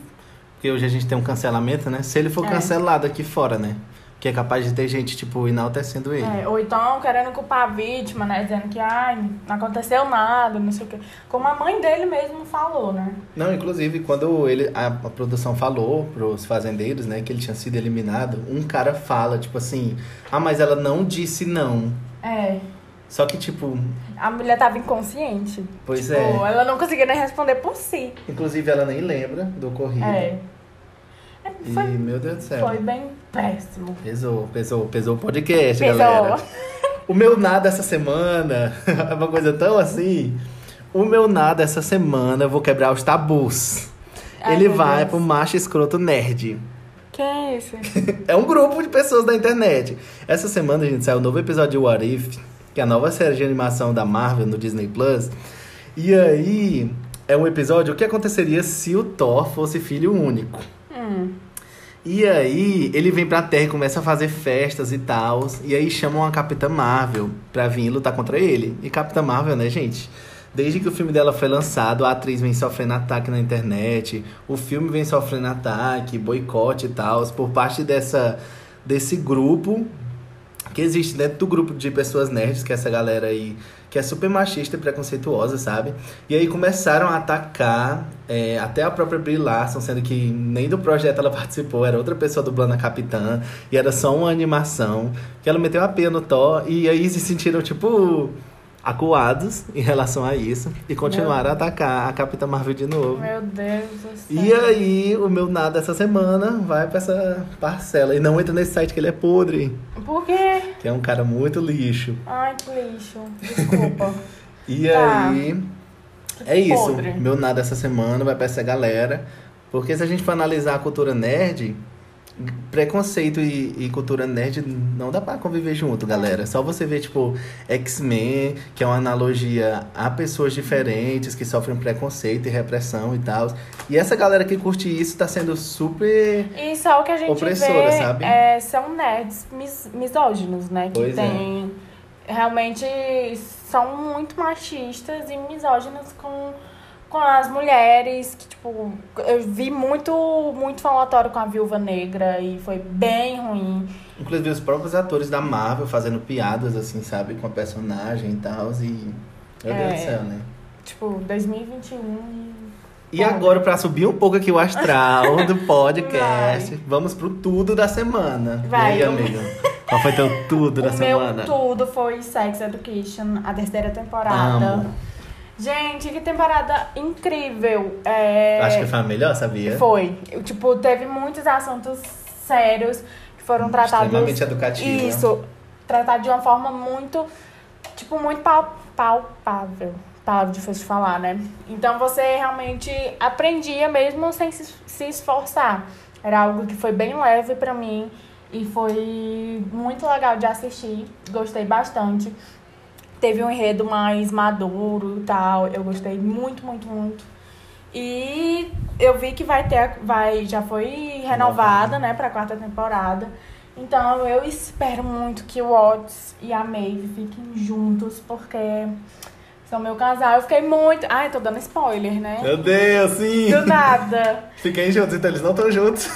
Speaker 2: Porque hoje a gente tem um cancelamento, né? Se ele for
Speaker 3: É.
Speaker 2: cancelado aqui fora, né? Que é capaz de ter gente, tipo, enaltecendo ele.
Speaker 3: É, ou então querendo culpar a vítima, né? Dizendo que ai, não aconteceu nada, não sei o quê. Como a mãe dele mesmo falou, né?
Speaker 2: Não, inclusive, quando ele, a, a produção falou pros fazendeiros, né, que ele tinha sido eliminado, um cara fala, tipo assim, ah, mas ela não disse não.
Speaker 3: É.
Speaker 2: Só que, tipo,
Speaker 3: A mulher tava inconsciente.
Speaker 2: pois
Speaker 3: Tipo,
Speaker 2: é.
Speaker 3: ela não conseguia nem responder por si.
Speaker 2: Inclusive, ela nem lembra do ocorrido.
Speaker 3: É. É,
Speaker 2: E,
Speaker 3: Foi,
Speaker 2: meu Deus do céu.
Speaker 3: foi bem péssimo.
Speaker 2: Pesou, pesou, pesou o podcast,
Speaker 3: Pesou.
Speaker 2: galera. O meu nada essa semana é uma coisa tão assim. O meu nada essa semana, eu vou quebrar os tabus.
Speaker 3: Ai,
Speaker 2: Ele
Speaker 3: meu
Speaker 2: vai
Speaker 3: Deus.
Speaker 2: pro Macho Escroto Nerd.
Speaker 3: Quem é esse?
Speaker 2: É um grupo de pessoas da internet. Essa semana, gente, saiu um novo episódio de What If, que é a nova série de animação da Marvel no Disney Plus. E aí, é um episódio o que aconteceria se o Thor fosse filho único.
Speaker 3: Hum.
Speaker 2: E aí, ele vem pra Terra e começa a fazer festas e tal. E aí chamam a Capitã Marvel pra vir lutar contra ele. E Capitã Marvel, né, gente? Desde que o filme dela foi lançado, a atriz vem sofrendo ataque na internet. O filme vem sofrendo ataque, boicote e tal. Por parte dessa, desse grupo que existe dentro do grupo de pessoas nerds, que é essa galera aí que é super machista e preconceituosa, sabe? E aí começaram a atacar é, até a própria Brie Larson, sendo que nem do projeto ela participou, era outra pessoa dublando a Capitã, e era só uma animação, que ela meteu a pena no Thor, e aí se sentiram, tipo, acuados em relação a isso, e continuaram a atacar a Capitã Marvel de novo.
Speaker 3: Meu Deus do céu.
Speaker 2: E aí, o meu nada essa semana vai pra essa parcela. E não entra nesse site que ele é podre,
Speaker 3: Por quê?
Speaker 2: que é um cara muito lixo.
Speaker 3: Ai, que lixo. Desculpa.
Speaker 2: E
Speaker 3: Tá.
Speaker 2: aí, é isso.
Speaker 3: Podre.
Speaker 2: Meu nada essa semana vai pra essa galera. Porque se a gente for analisar a cultura nerd, preconceito e, e cultura nerd não dá pra conviver
Speaker 3: É.
Speaker 2: junto, galera. Só você ver, tipo, X-Men, que é uma analogia a pessoas diferentes que sofrem preconceito e repressão e tal. E essa galera que curte isso tá sendo super.
Speaker 3: E só o que a gente
Speaker 2: Opressora,
Speaker 3: vê
Speaker 2: sabe?
Speaker 3: é, são nerds mis misóginos, né? Que
Speaker 2: Pois é.
Speaker 3: tem. Realmente são muito machistas e misóginos com, com as mulheres. Que, tipo, eu vi muito, muito falatório com a viúva negra e foi bem ruim.
Speaker 2: Inclusive os próprios atores da Marvel fazendo piadas, assim, sabe? Com a personagem e tal. E. Meu Deus do
Speaker 3: É.
Speaker 2: céu, né?
Speaker 3: Tipo, 2021
Speaker 2: E agora, pra subir um pouco aqui o astral do podcast, vamos pro tudo da semana.
Speaker 3: Vai,
Speaker 2: e aí,
Speaker 3: eu-
Speaker 2: amiga? Qual foi teu tudo da
Speaker 3: o
Speaker 2: semana?
Speaker 3: meu tudo foi Sex Education, a terceira temporada.
Speaker 2: Amo.
Speaker 3: Gente, que temporada incrível! É...
Speaker 2: Acho que foi a melhor, sabia?
Speaker 3: Foi. Eu, Tipo, teve muitos assuntos sérios que foram tratados.
Speaker 2: Extremamente né? educativa.
Speaker 3: Isso. Tratado de uma forma muito, tipo, muito pal- palpável. palavra difícil de falar, né? Então você realmente aprendia mesmo sem se, se esforçar. Era algo que foi bem leve pra mim e foi muito legal de assistir. Gostei bastante. Teve um enredo mais maduro e tal. Eu gostei muito, muito, muito. E eu vi que vai ter, vai, já foi renovada, né, pra quarta temporada. Então eu espero muito que o Otis e a Maeve fiquem juntos, porque são meu casal. Eu fiquei muito. Ai, tô dando spoiler, né?
Speaker 2: Meu Deus, sim!
Speaker 3: Do nada.
Speaker 2: Fiquem juntos, então eles não estão juntos.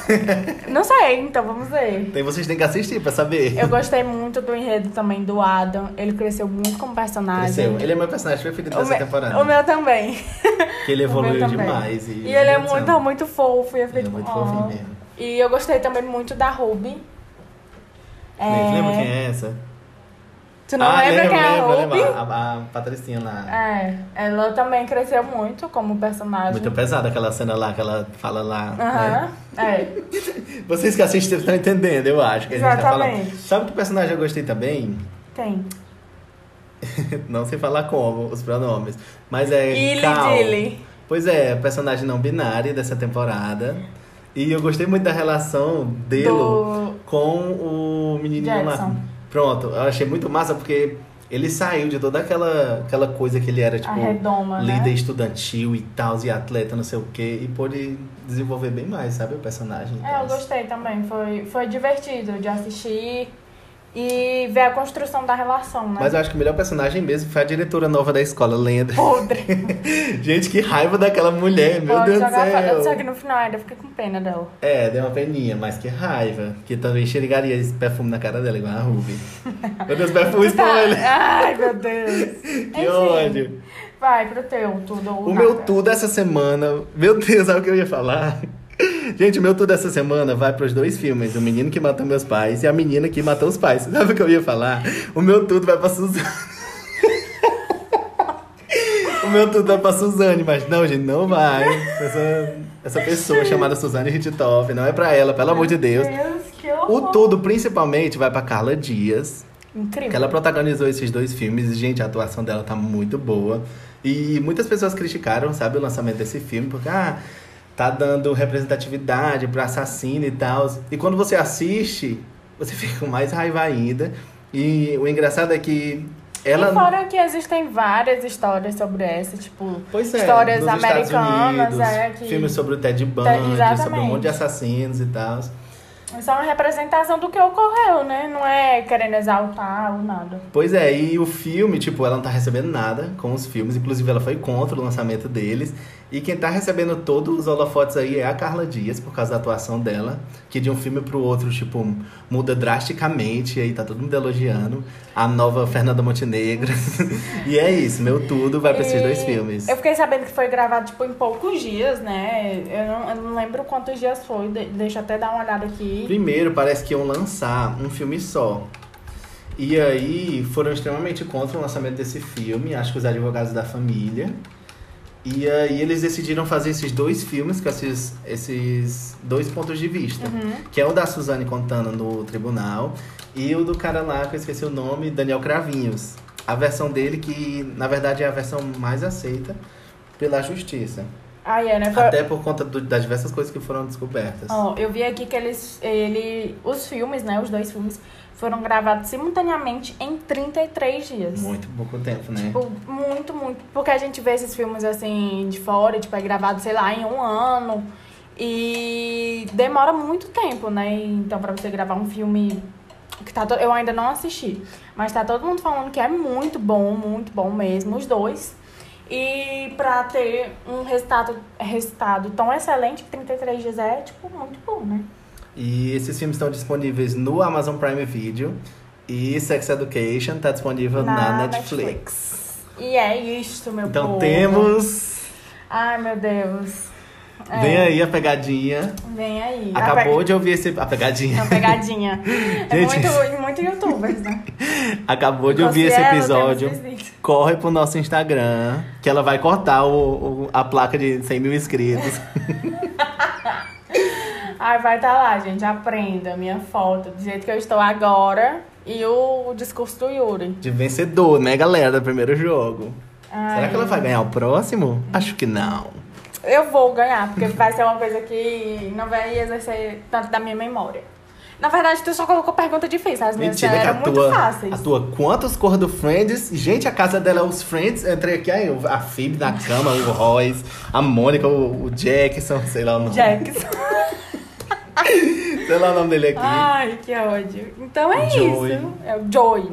Speaker 3: Não sei, então vamos ver.
Speaker 2: Tem vocês têm que assistir pra saber.
Speaker 3: Eu gostei muito do enredo também do Adam. Ele cresceu muito como personagem.
Speaker 2: Cresceu. Ele é meu personagem preferido
Speaker 3: Ah, O
Speaker 2: dessa
Speaker 3: meu-
Speaker 2: temporada.
Speaker 3: O meu também.
Speaker 2: Que ele
Speaker 3: o meu
Speaker 2: evoluiu
Speaker 3: também.
Speaker 2: demais. E,
Speaker 3: E ele é muito, muito fofo. E eu fiquei
Speaker 2: Ele é
Speaker 3: tipo,
Speaker 2: muito
Speaker 3: "Oh".
Speaker 2: fofinho mesmo.
Speaker 3: E eu gostei também muito da Ruby.
Speaker 2: Nem lembra quem é essa?
Speaker 3: Tu não
Speaker 2: ah,
Speaker 3: lembra
Speaker 2: lembro,
Speaker 3: quem é a
Speaker 2: lembro,
Speaker 3: Ruby?
Speaker 2: lembro. A, a Patricinha lá.
Speaker 3: É, ela também cresceu muito como personagem.
Speaker 2: Muito pesada aquela cena lá que ela fala lá. né?
Speaker 3: Ah, Aham, é.
Speaker 2: Vocês que assistem estão entendendo, eu acho. Que a gente tá
Speaker 3: Exatamente.
Speaker 2: falando. Sabe que personagem eu gostei também?
Speaker 3: Tem.
Speaker 2: Não sei falar como, os pronomes. Mas é.
Speaker 3: Illy
Speaker 2: Cal.
Speaker 3: Dilly.
Speaker 2: Pois é, personagem não binário dessa temporada. E eu gostei muito da relação dele
Speaker 3: Do-
Speaker 2: com o menininho lá.
Speaker 3: Jackson.
Speaker 2: Pronto, eu achei muito massa porque ele saiu de toda aquela, aquela coisa que ele era, tipo,
Speaker 3: A redoma, né?
Speaker 2: líder estudantil e tal, e atleta, não sei o quê, e pôde desenvolver bem mais, sabe, o personagem. então. e
Speaker 3: É, eu
Speaker 2: tals.
Speaker 3: gostei também. Foi, foi divertido de assistir e ver a construção da relação, né?
Speaker 2: Mas eu acho que o melhor personagem mesmo foi a diretora nova da escola, Lenda.
Speaker 3: Podre.
Speaker 2: Gente, que raiva daquela mulher, meu
Speaker 3: Pode
Speaker 2: Deus do
Speaker 3: jogar fora.
Speaker 2: céu.
Speaker 3: Só que no final ainda fiquei com pena dela.
Speaker 2: É, deu uma peninha, mas que raiva. Que também enxergaria esse perfume na cara dela, igual a Ruby. Meu Deus, perfume
Speaker 3: Tu tá-
Speaker 2: spoiler.
Speaker 3: Ai, meu Deus.
Speaker 2: Que ódio.
Speaker 3: Vai pro teu, tudo. ou
Speaker 2: O
Speaker 3: nada.
Speaker 2: meu tudo essa semana. Meu Deus, sabe o que eu ia falar? Gente, o meu tudo essa semana vai pros dois filmes: O Menino que Matou Meus Pais e A Menina que Matou os Pais. Sabe o que eu ia falar? O meu tudo vai pra Suzane. O meu tudo vai pra Suzane, mas não, gente, não vai. Essa, essa pessoa chamada Suzane Rittitoff, não é pra ela, pelo amor de Deus.
Speaker 3: Meu Deus, que
Speaker 2: O
Speaker 3: horror.
Speaker 2: tudo, principalmente, vai pra Carla Dias,
Speaker 3: Incrível.
Speaker 2: que ela protagonizou esses dois filmes. E, gente, a atuação dela tá muito boa. E muitas pessoas criticaram, sabe, o lançamento desse filme, porque, ah, tá dando representatividade pra assassino e tal. E quando você assiste, você fica com mais raiva ainda. E o engraçado é que ela.
Speaker 3: E fora que existem várias histórias sobre essa, tipo,
Speaker 2: Pois é,
Speaker 3: histórias
Speaker 2: nos Estados
Speaker 3: americanas,
Speaker 2: Unidos,
Speaker 3: é, que-
Speaker 2: filmes sobre o Ted Bundy, sobre um
Speaker 3: exatamente.
Speaker 2: monte de assassinos e tal.
Speaker 3: é só uma representação do que ocorreu, né? Não é querendo exaltar ou nada.
Speaker 2: Pois é, e o filme, tipo, ela não tá recebendo nada com os filmes, inclusive ela foi contra o lançamento deles. E quem tá recebendo todos os holofotes aí é a Carla Dias, por causa da atuação dela, que de um filme pro outro, tipo, muda drasticamente, e aí tá todo mundo elogiando a nova Fernanda Montenegro. e é isso, meu tudo vai pra esses
Speaker 3: E
Speaker 2: dois filmes.
Speaker 3: Eu fiquei sabendo que foi gravado, tipo, em poucos dias, né? Eu não, eu não lembro quantos dias foi, de- deixa eu até dar uma olhada aqui.
Speaker 2: Primeiro, parece que iam lançar um filme só. E aí foram extremamente contra o lançamento desse filme, acho que os advogados da família. E aí eles decidiram fazer esses dois filmes com esses, esses dois pontos de vista. Que é o da Suzane contando no tribunal e o do cara lá, que eu esqueci o nome, Daniel Cravinhos. A versão dele que, na verdade, é a versão mais aceita pela justiça.
Speaker 3: Ah, é, né? Foi-
Speaker 2: Até por conta do- das diversas coisas que foram descobertas.
Speaker 3: Ó, eu vi aqui que eles, ele, os filmes, né? Os dois filmes foram gravados simultaneamente em 33 dias.
Speaker 2: Muito pouco tempo, né?
Speaker 3: Tipo, muito, muito. Porque a gente vê esses filmes assim de fora, tipo, é gravado, sei lá, em um ano. E demora muito tempo, né? Então, pra você gravar um filme que tá to... Eu ainda não assisti. Mas tá todo mundo falando que é muito bom, muito bom mesmo, os dois. E pra ter um resultado, resultado tão excelente, 33 dias é, tipo, muito bom, né?
Speaker 2: E esses filmes estão disponíveis no Amazon Prime Video. E Sex Education tá disponível na, Netflix.
Speaker 3: E é isso, meu
Speaker 2: Então
Speaker 3: povo.
Speaker 2: temos.
Speaker 3: Ai, meu Deus. É.
Speaker 2: Vem aí a pegadinha.
Speaker 3: Vem aí.
Speaker 2: Acabou de ouvir esse. A pegadinha.
Speaker 3: É uma pegadinha. É
Speaker 2: Gente.
Speaker 3: muito, muito youtubers, né? é
Speaker 2: Acabou de ouvir esse
Speaker 3: Gostiela,
Speaker 2: episódio.
Speaker 3: temos visita.
Speaker 2: Corre pro nosso Instagram, que ela vai cortar o, o- a placa de 100 mil inscritos.
Speaker 3: Ai, vai tá lá, gente. Aprenda a minha foto do jeito que eu estou agora e o discurso do Yuri.
Speaker 2: De vencedor, né, galera? Do primeiro jogo. Será que ela vai ganhar o próximo? Acho que não.
Speaker 3: Eu vou ganhar, porque vai ser uma coisa que não vai exercer tanto da minha memória. Na verdade, tu só colocou pergunta difícil. As minhas
Speaker 2: Mentira, né, que a
Speaker 3: eram muito
Speaker 2: tua,
Speaker 3: fáceis.
Speaker 2: a tua quantas cor do Friends? Gente, a casa dela é os Friends. Entrei aqui, aí, eu- a Phoebe na cama, o Royce, a Mônica, o, o Jackson, sei lá o nome.
Speaker 3: Jackson.
Speaker 2: Sei lá o nome dele aqui.
Speaker 3: Ai, que ódio. Então é
Speaker 2: Joey.
Speaker 3: isso. É o Joey.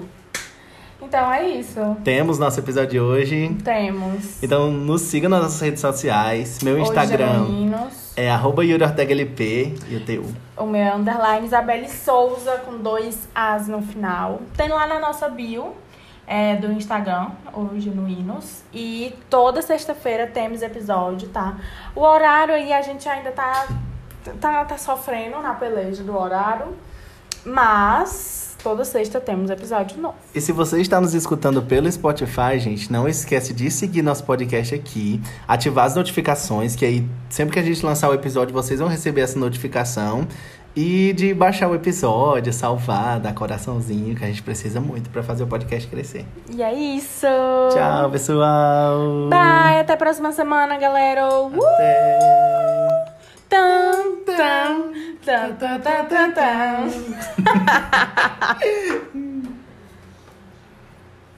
Speaker 3: Então é isso.
Speaker 2: Temos nosso episódio de hoje.
Speaker 3: Temos.
Speaker 2: Então nos siga nas nossas redes sociais. Meu
Speaker 3: Os um-
Speaker 2: Instagram
Speaker 3: Genuínos.
Speaker 2: é arroba Yuri Ortega LP e o teu.
Speaker 3: O meu é underline Isabelle Souza, com dois As no final. Tem lá na nossa bio é, do Instagram, os Genuínos. E toda sexta-feira temos episódio, tá? O horário aí a gente ainda tá, tá, tá sofrendo na peleja do horário. Mas toda sexta temos episódio novo.
Speaker 2: E se você está nos escutando pelo Spotify, gente, não esquece de seguir nosso podcast aqui, ativar as notificações, que aí sempre que a gente lançar o episódio, vocês vão receber essa notificação. E de baixar o episódio, salvar, dar coraçãozinho, que a gente precisa muito pra fazer o podcast crescer.
Speaker 3: E é isso!
Speaker 2: Tchau, pessoal!
Speaker 3: Bye! Até a próxima semana, galera! Uh!
Speaker 2: Até.
Speaker 3: Tan, tan, tan, tan, tan, tan.